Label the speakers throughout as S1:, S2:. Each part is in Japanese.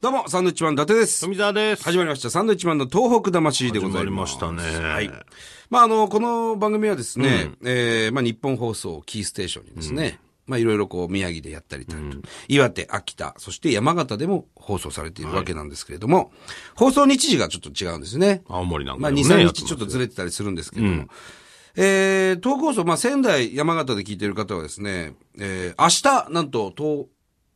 S1: どうも、サンドウィッチマン伊達です。
S2: 富澤です。
S1: 始まりました。サンドウィッチマンの東北魂でございます。
S2: 始まりましたね
S1: はい。まあ、あの、この番組はですね、えーまあ、日本放送をキーステーションにですね、まあ、いろいろこう、宮城でやったりとか、岩手、秋田、そして山形でも放送されているわけなんですけれども、放送日時がちょっと違うんですね。
S2: 青森なん
S1: ま
S2: か
S1: あ、
S2: でも
S1: 2、
S2: ね
S1: 3
S2: やって
S1: 日
S2: ま
S1: ち
S2: す
S1: ょっとずれてたりするんですけれども、えー、東北放送、まあ、仙台、山形で聞いている方はですね、えー、明日、なんと、東、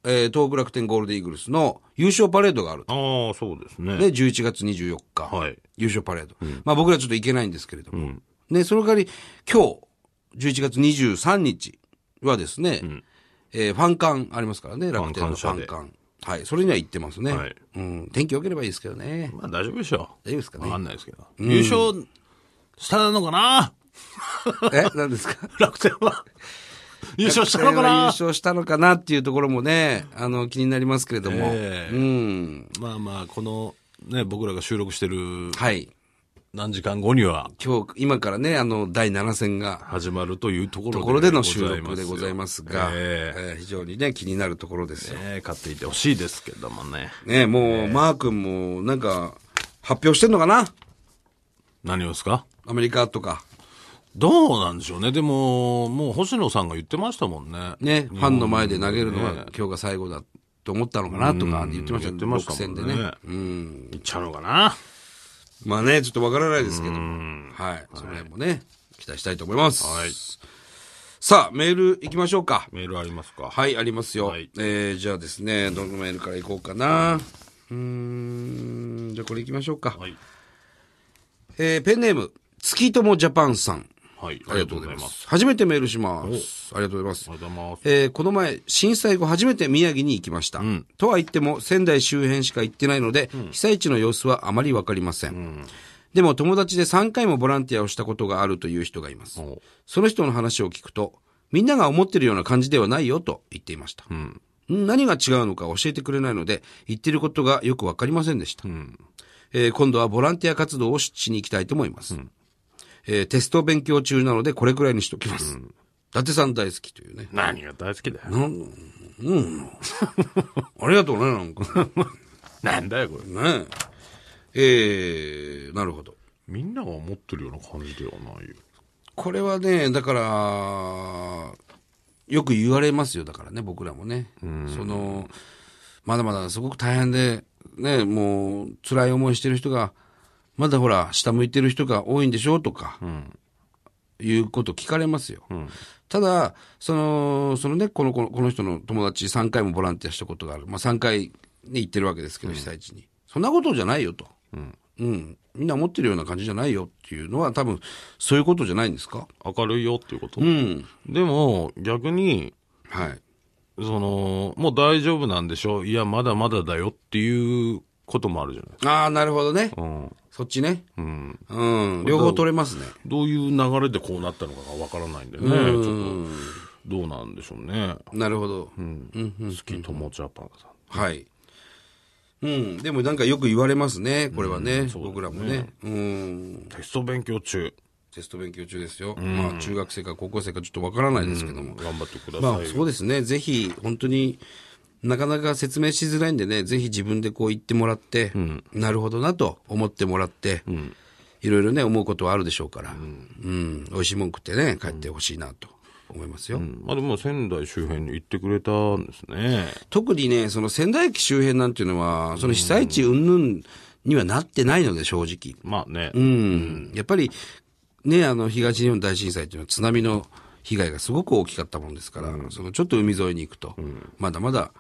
S1: えー東北楽天ゴールデンイーグルスの優勝パレードがあると。
S2: ああ、そうですね。
S1: ね、11月24日、
S2: はい
S1: 優勝パレード、まあ僕らちょっと行けないんですけれども、ね、その代わり、今日、11月23日はですね、えーファン館ありますからね、楽天のフ
S2: ファ
S1: ァン
S2: ン館
S1: 館。はい、それには行ってますね。
S2: はい
S1: うん、天気良ければいいですけどね。
S2: まあ大丈夫でしょ
S1: 大丈夫ですか
S2: う。わか
S1: ね。
S2: んないですけど。優勝したのかな
S1: え、何ですか
S2: 楽天 は。優勝したの
S1: 楽天
S2: か
S1: は優
S2: な
S1: 勝したのかなっていうところもね、あの、気になりますけれども。
S2: ええ
S1: うん。
S2: まあまあ、この、ね、僕らが収録してる
S1: はい。
S2: 何時間後には
S1: 今日、今からね、あの、第7戦が
S2: 始まるというところで
S1: ところでの収録でございますが、え
S2: え
S1: ー非常にね、気になるところです
S2: え
S1: よ。
S2: ねえ買っていてほしいですけどもね。
S1: ね、もう、マー君も、なんか、発表してんのかな
S2: 何をですか
S1: アメリカとか。
S2: どうなんでしょうね。でも、もう星野さんが言ってましたもんね。
S1: ね、ファンの前で投げるのは今日が最後だと思ったのかなとか言ってましたね、
S2: うん言って
S1: 6
S2: ましたも
S1: 戦
S2: ん
S1: で
S2: ね
S1: ね。うん。
S2: 言っちゃうのかな
S1: まあね、ちょっとわからないですけども。はい。その辺もね、期待したいと思います。
S2: はい
S1: さあ、メール行きましょうか。
S2: メールありますか
S1: はい、ありますよ。
S2: はい
S1: えー、じゃあですね、どのメールから行こうかな。うーん、じゃあこれ行きましょうか。
S2: はい。
S1: えーペンネーム、月友ジャパンさん。
S2: はい。
S1: ありがとうございます。。初めてメールします。ありがとうござい
S2: あ
S1: ま
S2: り
S1: す。
S2: がとうございます。
S1: えーこの前、震災後初めて宮城に行きました。とは言っても、仙台周辺しか行ってないので、被災地の様子はあまりわかりません。でも、友達で3回もボランティアをしたことがあるという人がいます。
S2: お
S1: その人の話を聞くと、みんなが思ってるような感じではないよと言っていました。何が違うのか教えてくれないので、言ってることがよくわかりませんでした。えー今度はボランティア活動をししに行きたいと思います。えーテスト勉強中なので、これくらいにしときます。伊達さん大好きというね。
S2: 何が大好きだよ。
S1: ありがとうね、なんか。
S2: なんだよ、これ。
S1: ねええーなるほど。
S2: みんなが思ってるような感じではないよ。
S1: これはね、だから、よく言われますよ、だからね、僕らもね。その、まだまだすごく大変で、ね、もう、辛い思いしてる人が、まだほら、下向いてる人が多いんでしょうとか、いうこと聞かれますよ。ただ、その、そのね、この、このこの人の友達3回もボランティアしたことがある。まあ3回ね、行ってるわけですけど、被災地に。そんなことじゃないよと。うん。みんな思ってるような感じじゃないよっていうのは多分、そういうことじゃないんですか
S2: 明るいよっていうこと。
S1: うん。
S2: でも、逆に、
S1: はい。
S2: その、もう大丈夫なんでしょいや、まだまだだよっていうこともあるじゃないです
S1: ああ、なるほどね。
S2: か。うん。
S1: そっちね。
S2: うん。
S1: うん。両方取れますね。
S2: どういう流れでこうなったのかがわからないんだよね。ちょっと、どうなんでしょうね。
S1: なるほど。
S2: うん。好き友ジャパンさん。
S1: はい。うん。でもなんかよく言われますね。これはね。僕らもね。うん。
S2: テスト勉強中、
S1: テスト勉強中ですよ。まあ、中学生か高校生かちょっとわからないですけども。
S2: 頑張ってくだ
S1: ま
S2: さ
S1: あ、
S2: い。
S1: そうですね。ぜひ、本当に、なかなか説明しづらいんでね、ぜひ自分でこう言ってもらって、なるほどなと思ってもらって、いろいろね、思うことはあるでしょうから、うん、美味しいもん食ってね、帰ってほしいなと思いますよ。
S2: うんまあでも仙台周辺に行ってくれたんですね。
S1: 特にね、その仙台駅周辺なんていうのは、その被災地云々にはなってないので、正直。
S2: まあね。
S1: うん。やっぱり、ね、あの、東日本大震災というのは津波の被害がすごく大きかったものですから、そのちょっと海沿いに行くと、まだまだ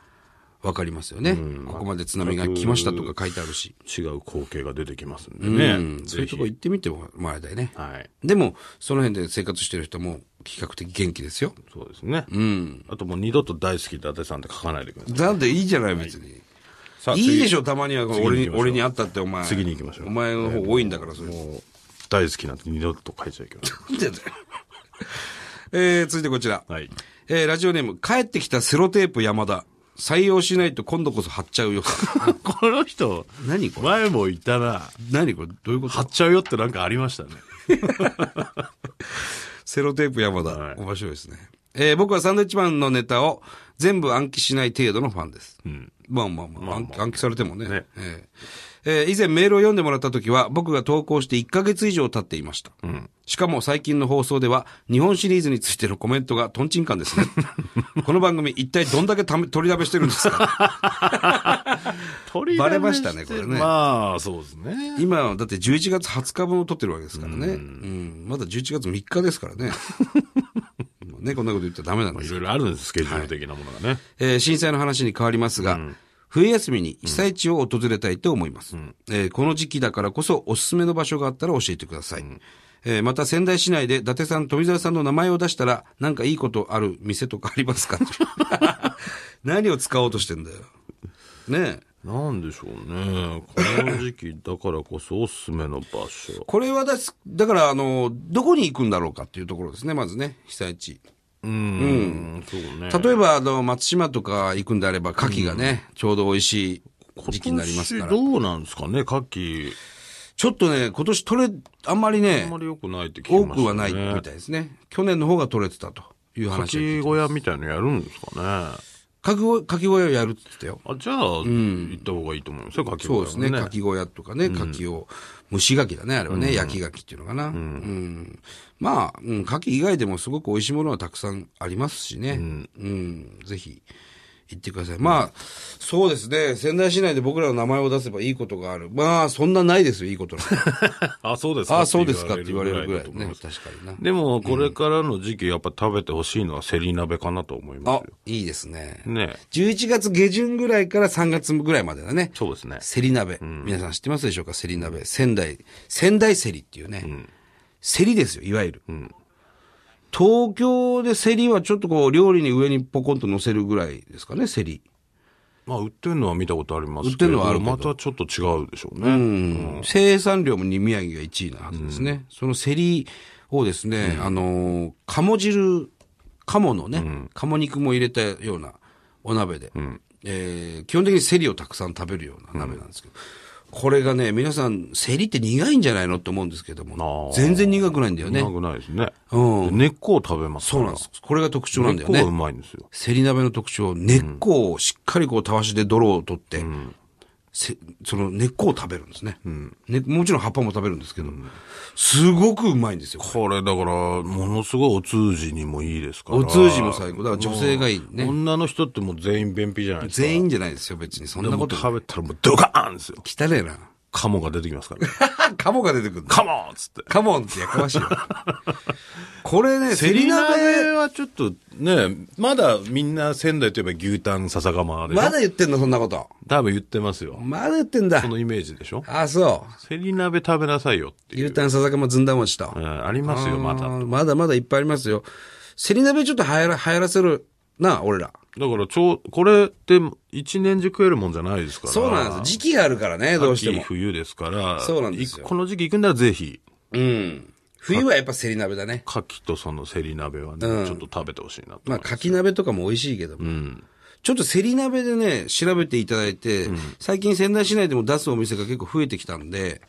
S1: わかりますよね、ここまで津波が来ましたとか書いてあるし。
S2: 違う光景が出てきますんで
S1: う
S2: ね
S1: ん。そういうとこ行ってみてもらいたいね。
S2: はい。
S1: でも、その辺で生活してる人も比較的元気ですよ。
S2: そうですね。うん。あともう二度と大好き伊達さんって書かないでください。
S1: なんでいいじゃない、別に。
S2: さあ
S1: いいでし
S2: ょ
S1: ょ、たまには
S2: 次
S1: 俺に、
S2: に行きましょう
S1: 俺に会ったってお前。
S2: 次に行きましょう
S1: お前の方多いんだから、それ。
S2: 大好きなんて二度と書いちゃいけません。
S1: なんでだよ えー、続いてこちら。
S2: はい。
S1: えー、ラジオネーム、帰ってきたセロテープ山田。採用しないと今度こそ貼っちゃうよ。
S2: この人、
S1: 何これ
S2: 前も言ったな。
S1: 何これどういうこと
S2: 貼っちゃうよってなんかありましたね。
S1: セロテープ山田。
S2: はい
S1: 面白いですね。えー僕はサンドイッチマンのネタを全部暗記しない程度のファンです。まあまあまあ、暗記暗記されてもね。
S2: ね
S1: えーえー以前メールを読んでもらった時は、僕が投稿して1ヶ月以上経っていました。しかも最近の放送では、日本シリーズについてのコメントがトンチンカンです ね。この番組一体どんだけため取りだめしてるんですか
S2: 取り
S1: バレましたねこれね
S2: まあ、そうですね。
S1: 今はだって11月20日分を撮ってるわけですからね。うん、まだ11月3日ですからね。 まあね、こんなこと言っちゃダメなんです
S2: いろいろあるんです、スケジュール的なものがね。
S1: えー震災の話に変わりますが、冬休みに被災地を訪れたいと思います、えーこの時期だからこそおすすめの場所があったら教えてください。えーまた仙台市内で伊達さん、富澤さんの名前を出したら、なんかいいことある店とかあります か何を使おうとしてんだよ。ねえ。
S2: なんでしょうね。この時期だからこそおすすめの場所。
S1: これはだす、だから、あの、どこに行くんだろうかっていうところですね、まずね、被災地。
S2: うん、そうね。
S1: 例えば、あの、松島とか行くんであれば、牡蠣がね、ちょうど美味しい時期になりますから。
S2: 今年どうなんですかね、夏季。
S1: ちょっとね、今年取れ、あんまり
S2: あ
S1: ね
S2: んま、り良くないって聞き
S1: 多
S2: ましたね。
S1: くはないみたいですね。去年の方が取れてたという
S2: 牡
S1: 話を聞
S2: 蠣
S1: いて。
S2: 小屋みたいのやるんですかね。あ、
S1: かきごかき小屋をやるって言ってたよ。
S2: じゃあ、行った方がいいと思いますよ、牡蠣
S1: そう
S2: 小屋
S1: です
S2: もね。
S1: ね。かき小屋とかね、かきを、蒸し牡蠣だね、あれはね、焼き牡蠣っていうのかな。うん。まあ、うん、牡蠣以外でもすごく美味しいものはたくさんありますしね。うん。ぜひ、行ってください。まあ、そうですね。仙台市内で僕らの名前を出せばいいことがある。まあ、そんなないですよ、いいことなん て
S2: あ、そうですか。
S1: ああ、そうですかって言われるぐら
S2: だ
S1: い
S2: と思い
S1: ね。
S2: ま
S1: 確
S2: す
S1: かにな。
S2: でも、これからの時期、やっぱ食べてほしいのはセリ鍋かなと思いま
S1: あ
S2: すよ。、
S1: いいですね。
S2: ね
S1: 11月下旬ぐらいから3月ぐらいまでだね。
S2: そうですね。
S1: セリ鍋。皆さん知ってますでしょうかセリ鍋。仙台、仙台セリっていうね。セリですよ、いわゆる。東京でセリはちょっとこう、料理に上にポコンと乗せるぐらいですかね、セリ。
S2: まあ、売ってるのは見たことあります
S1: 売って
S2: け
S1: ん
S2: ど、
S1: のはあるけど
S2: またちょっと違うでしょうね。
S1: うん生産量もに宮城が1位なはずですね。そのセリをですね、あのー、鴨汁、鴨のね、鴨肉も入れたようなお鍋で、えー基本的にセリをたくさん食べるような鍋なんですけど、これがね、皆さん、セリって苦いんじゃないのって思うんですけども
S2: あ、ー
S1: 全然苦くないんだよね
S2: う。まくないですね。
S1: う
S2: で根っこを食べますか
S1: そう
S2: ら。
S1: なんです。これが特徴なん
S2: 根
S1: だ
S2: っ
S1: よ
S2: こが
S1: ね
S2: う。まいんですよ。
S1: セリ鍋の特徴、根っこをしっかりこうたわしで泥を取って、せその根っこを食べるんですね、ね。もちろん葉っぱも食べるんですけど、すごくうまいんですよ。
S2: これだから、ものすごいお通じにもいいですから。
S1: お通じも最高。だから女性がいいね。
S2: 女の人ってもう全員便秘じゃないですか。
S1: 全員じゃないですよ、別に。そんなこと。
S2: 食べたらもうドカーンですよ。
S1: 汚ねえな。
S2: カモが出てきますから、ね。
S1: カモが出てくるんだ。
S2: カモンっつって。
S1: カモンってやかましい わ。これね、セリ鍋、
S2: はちょっとね、まだみんな仙台といえば牛タン笹釜でしょ、
S1: まだ言ってんの、そんなこと。
S2: 多分言ってますよ。
S1: まだ言ってんだ
S2: そ。のイメージでしょ
S1: あ、そ
S2: セリ鍋食べなさいよって
S1: う。
S2: いう。
S1: 牛タン、さざかもずんだ餅と。
S2: うんありますよ、まだ。だ
S1: あ
S2: か
S1: ーまだまだいっぱいありますよ。セリ鍋ちょっと流行ら流行らせるな、俺ら。
S2: ら、ちょう、これって一年中食えるもんじゃないですから。
S1: そうなんです。時期があるからね、どうして
S2: 秋
S1: も。
S2: 冬ですから。
S1: そうなんですよ
S2: いこの時期行くんならぜひ、
S1: うん。冬はやっぱセリ鍋だね。
S2: 牡蠣とそのセリ鍋はね、ちょっと食べてほしいなと。
S1: まあ、かき鍋とかも美味しいけども。ちょっとセリ鍋でね、調べていただいて、最近仙台市内でも出すお店が結構増えてきたんで、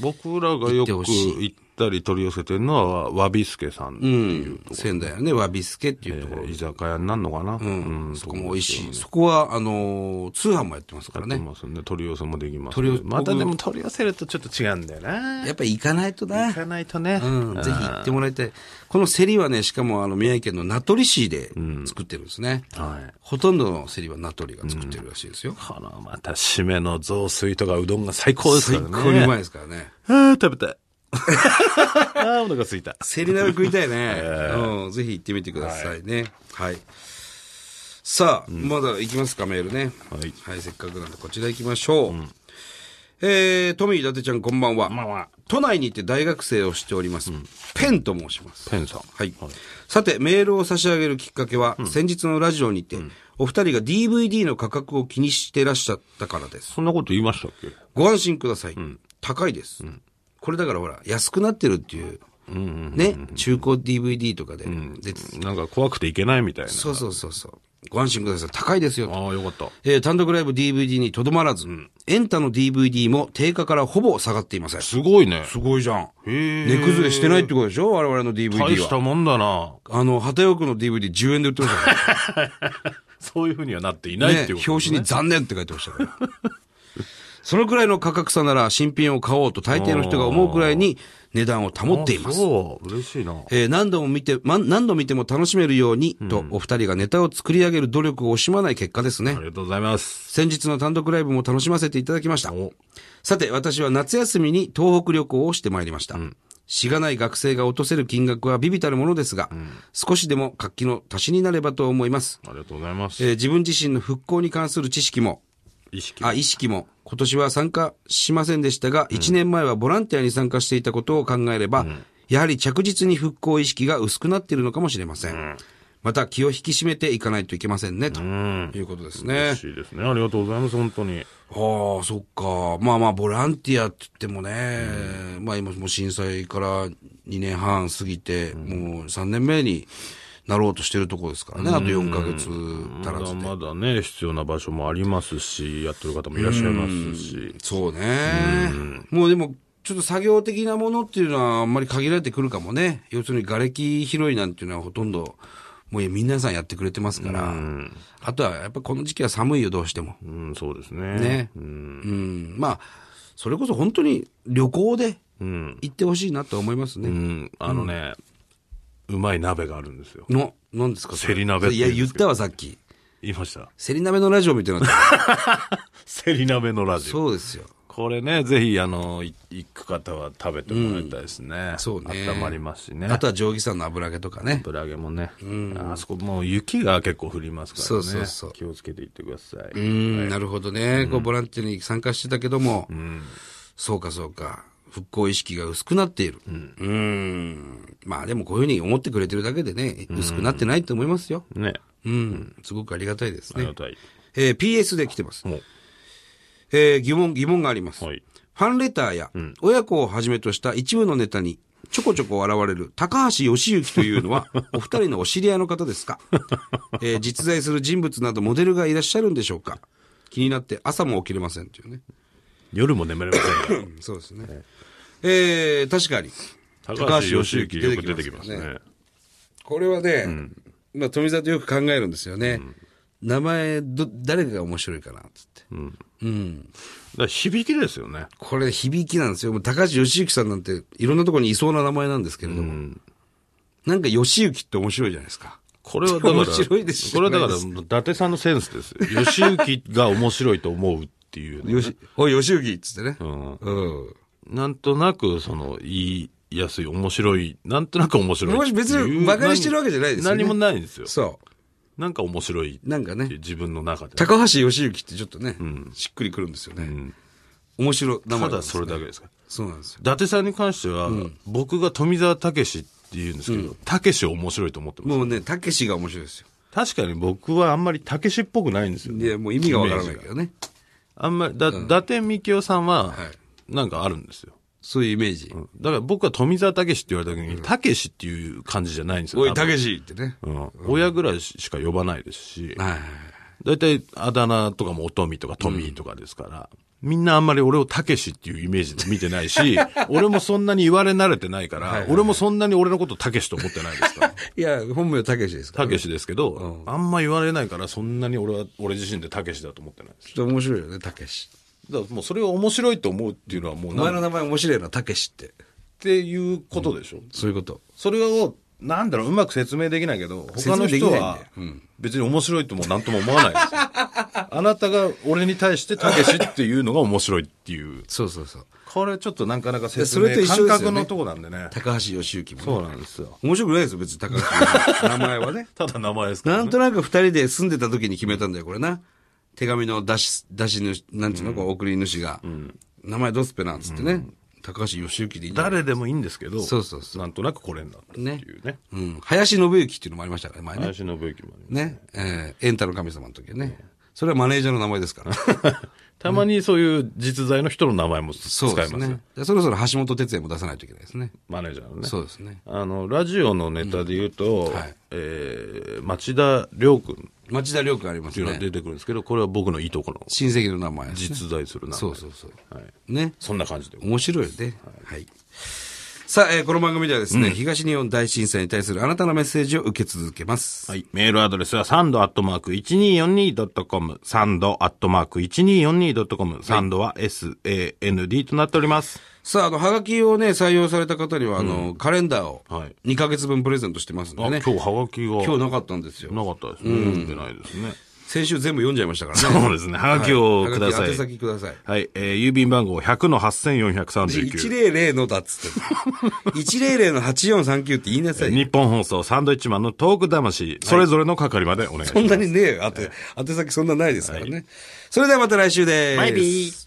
S2: 僕らが
S1: 行
S2: よく
S1: ってほしい
S2: 行ったり取り寄せてるのは、わびすけさんって
S1: う。
S2: いうん
S1: 仙台はね、わびすけっていうところ。
S2: 居酒屋になるのかな。
S1: うん
S2: うん
S1: そこも美味しい。そこは、あのー通販もやってますから
S2: ね。
S1: ね。
S2: ますね。取り寄せもできます、
S1: 取り寄せ
S2: またでも取り寄せるとちょっと違うんだよな。
S1: やっぱ行かないとな。
S2: 行かないとね。
S1: うん、ぜひ行ってもらいたい。このセリはね、しかもあの、宮城県の名取市で作ってるんですね。
S2: はい。
S1: ほとんどのセリは名取が作ってるらしいですよ。
S2: このまた締めの雑炊とかうどんが最高ですか
S1: 最
S2: らね。
S1: 高にうまいですからね。
S2: あー食べたい。ああ、お腹すいた。
S1: セリ鍋食いたい ね。うん、ぜひ行ってみてくださいね。はい。さあ、まだ行きますか、メールね。
S2: はい
S1: せっかくなんでこちら行きましょう。えー、トミー伊達ちゃんこんばんは。
S2: まあまあ。
S1: 都内に行って大学生をしております。ペンと申します。
S2: ペンさん。
S1: はい。さて、メールを差し上げるきっかけは、先日のラジオにて、お二人が DVD の価格を気にしてらっしゃったからです。
S2: そんなこと言いましたっけ
S1: ご安心ください。高いです。これだからほら、安くなってるっていうね、中古 DVD とかで出てて、
S2: なんか怖くていけないみたいな。
S1: そうそうそうそう。ご安心ください。高いですよと。
S2: ああ、よかった。
S1: えー単独ライブ DVD にとどまらず、エンタの DVD も定価からほぼ下がっていません。す
S2: すごいね。
S1: ごいじゃん。
S2: へえ
S1: 値崩れしてないってことでしょ我々の DVD は。
S2: 大したもんだな。
S1: あの、旗よくの DVD10 円で売ってま したか
S2: そういうふうにはなってい
S1: ら
S2: ないっ
S1: ね。
S2: ていうこと、ね。
S1: 表紙に残念って書いてましたから。そのくらいの価格差なら新品を買おうと大抵の人が思うくらいに値段を保っています。
S2: そう、嬉しいな。
S1: えー何度も見て、ま、何度見ても楽しめるように、と、お二人がネタを作り上げる努力を惜しまない結果ですね
S2: あ。りがとうございます。
S1: 先日の単独ライブも楽しませていただきました。さて、私は夏休みに東北旅行をしてまいりました。しがない学生が落とせる金額は微々たるものですが、少しでも活気の足しになればと思います。
S2: ありがとうございます。
S1: えー自分自身の復興に関する知識も、
S2: 意識。
S1: あ、意識も、今年は参加しませんでしたが、1年前はボランティアに参加していたことを考えれば、やはり着実に復興意識が薄くなっているのかもしれません。また気を引き締めていかないといけませんね、と
S2: うん。
S1: いうことです
S2: 嬉
S1: ね。
S2: しいですね。ありがとうございます、本当に。
S1: ああ、そっか。まあまあ、ボランティアって言ってもね、まあ今もう震災から2年半過ぎて、もう3年目になろうとしてるところですからね、あと4ヶ月
S2: ま
S1: 足ら
S2: だ
S1: ずで。
S2: まだね、必要な場所もありますし、やってる方もいらっしゃいますし。
S1: そうね。もうでも、ちょっと作業的なものっていうのはあんまり限られてくるかもね。要するに瓦礫拾いなんていうのはほとんど、もう皆さんやってくれてますから。あとはやっぱこの時期は寒いよ、どうしても。
S2: うん、そうですね。
S1: ね。うん。まあ、それこそ本当に旅行で
S2: うん。
S1: 行ってほしいなと思います
S2: う
S1: ね。
S2: ん、あのね、うまい鍋があるんですよ。
S1: の、何ですかそれ
S2: セリ鍋って
S1: い
S2: 言
S1: や、
S2: うんで
S1: 言っ
S2: すけど
S1: たわ、さっき。
S2: 言いました。
S1: セリ鍋のラジオみたいになってる。
S2: セリ鍋のラ ジオ。
S1: そうですよ。
S2: これね、ぜひ、あの、い行く方は食べてもらいたいですね。
S1: そうね
S2: 温まりますしね。
S1: あとは定規さんの油揚げとかね。
S2: ぶら揚げもね、あそこもう雪が結構降りますからね。
S1: そうそうそう
S2: 気をつけていってください。
S1: うん、なるほどね。こう、ボランティアに参加してたけども、そうかそうか。復興意識が薄くなっている。うん。まあでもこういうふうに思ってくれてるだけでね、薄くなってないと思いますよ。
S2: ね。
S1: うん。すごくありがたいです
S2: あり
S1: ね
S2: が。たい。
S1: えー PS で来てます
S2: お。
S1: えー疑問、疑問があります。
S2: はい。
S1: ファンレターや、親子をはじめとした一部のネタに、ちょこちょこ現れる高橋義行というの は、お二人のお知り合いの方ですか、えー実在する人物などモデルがいらっしゃるんでしょうか気になって朝も起きれませんというね。
S2: 夜も眠れませ んよ
S1: そうですね。えー確かに。
S2: 高橋義行よく出てきます
S1: 出て
S2: ね。
S1: これはね、まあ富里よく考えるんですよね。名前ど、誰が面白いかな、つって。
S2: だから響きですよね。
S1: これ響きなんですよ。もう高橋義行さんなんていろんなところにいそうな名前なんですけれども。なんか義行って面白いじゃないですか。
S2: これはだから、
S1: 面白いです
S2: こ
S1: よ
S2: れ
S1: ね
S2: はだから、伊達さんのセンスです よ。吉行が面白いと思うっていうね、
S1: よし、おい、義行っつってね。
S2: うん。
S1: うん。
S2: なんとなく、その、言いやすい、面白い、なんとなく面白いっていう。
S1: もし別に馬鹿にしてるわけじゃないですよね
S2: 何もないんですよ。
S1: そ
S2: なんか面白いっ
S1: う。なんか
S2: ていう
S1: ね、
S2: 自分の中で。
S1: 高橋義行ってちょっとね、しっくりくるんですよね。面白い名前
S2: た
S1: なんで
S2: だ
S1: すね
S2: それだけですから。
S1: そうなんですよ。
S2: 伊達さんに関しては、僕が富澤たけしって言うんですけど、たけしを面白いと思ってます。
S1: もうね、たけしが面白いですよ。
S2: 確かに僕はあんまりたけしっぽくないんですよ、
S1: いや、もう意味がわからないけどね。
S2: あんまり、だ、伊達みきおさんは、
S1: はい
S2: なんかあるんですよ。
S1: そういうイメージ。
S2: だから僕は富澤たけしって言われた時に、たけしっていう感じじゃないんですよ。
S1: おい、
S2: 多
S1: た
S2: 分
S1: けしってね。
S2: うん、親ぐらいしか呼ばないです
S1: はい
S2: し、
S1: はいはい。
S2: 大体あだ名とかもおとみとかトミーとかですから、みんなあんまり俺をたけしっていうイメージで見てない し、俺もそんなに言われ慣れてないから、俺もそんなに俺のことたけしと思ってないですから。
S1: いや、本名たけしですから。
S2: たけしですけど、あんま言われないから、そんなに俺は、俺自身でたけしだと思ってないです。
S1: ちょっと面白いよね、たけし。
S2: だからもうそれを面白いと思うっていうのはもう
S1: お
S2: な
S1: 前
S2: ん
S1: の名前面白いな、たけしって。
S2: ていうことでしょ。
S1: そういうこと。
S2: それを、なんだろう、うまく説明できないけど、他の
S1: 説明
S2: 人
S1: できないん
S2: は
S1: だよ、
S2: 別に面白いとも何とも思わないですよ。 あなたが俺に対してたけしっていうのが面白いっていう。
S1: そうそうそう。
S2: これちょっとなかなか説
S1: それと
S2: 明、
S1: 一緒ですよ
S2: 感
S1: ね
S2: 覚のとこなんでね。
S1: 高橋義行もね、
S2: そうなんですよ。
S1: 面白くないですよ、別に高橋義行。名前はね。
S2: ただ名前ですから
S1: な
S2: ね、
S1: んとなく二人で住んでた時に決めたんだよ、これな。手紙の出し、出し主、なんていうの、こう送り主が、名前どうすっぺな、つってね。高橋義行でいいんじゃない
S2: 誰でもいいんですけど、
S1: そうそうそ
S2: なんとなくこれになったっていうね。
S1: うん。林信之っていうのもありましたからね、前ね。
S2: 林信之もあります
S1: ね。えーエンタの神様の時はね。それはマネージャーの名前ですから。
S2: たまにそういう実在の人の名前も 使
S1: そう
S2: い
S1: で
S2: ま
S1: すす
S2: よ。
S1: ね。でそろそろ橋本哲也も出さないといけないですね。
S2: マネージャーのね。
S1: そうですね。
S2: あの、ラジオのネタで言うと、
S1: はい
S2: えー町田亮君っ
S1: 町田亮君ありま
S2: て
S1: す
S2: いうのが
S1: ね。
S2: 出てくるんですけど、これは僕のいとこの
S1: 親戚の名前ですね、
S2: 実在する名前。
S1: そうそうそう。
S2: はい。
S1: ね。
S2: そんな感じで。
S1: 面白いよね。はい。さあ、えーこの番組ではですね、東日本大震災に対するあなたのメッセージを受け続けます。
S2: はい。メールアドレスはサンドアットマーク 1242.com。サンドアットマーク 1242.com。サンドは SAND となっております。
S1: さあ、あの、はがきをね、採用された方には、あの、カレンダーを
S2: はい
S1: 2ヶ月分プレゼントしてますんで
S2: あ、
S1: ね。
S2: 今日ハガキが。
S1: 今日なかったんですよ。
S2: なかったですね。うん、出ないですね。
S1: 先週全部読んじゃいましたからね。
S2: そうですね。ハガキをくだ
S1: は
S2: さ
S1: がき
S2: い
S1: 宛。先ください。
S2: はい。えー、郵便番号100の8439。
S1: 100のだっつって。100の8439って言いなさいよ。
S2: 日本放送サンドイッチマンのトーク魂、それぞれの係までお願いします
S1: そん。なにね、あて、宛先そんなないですからね。それではまた来週です。
S2: バイビー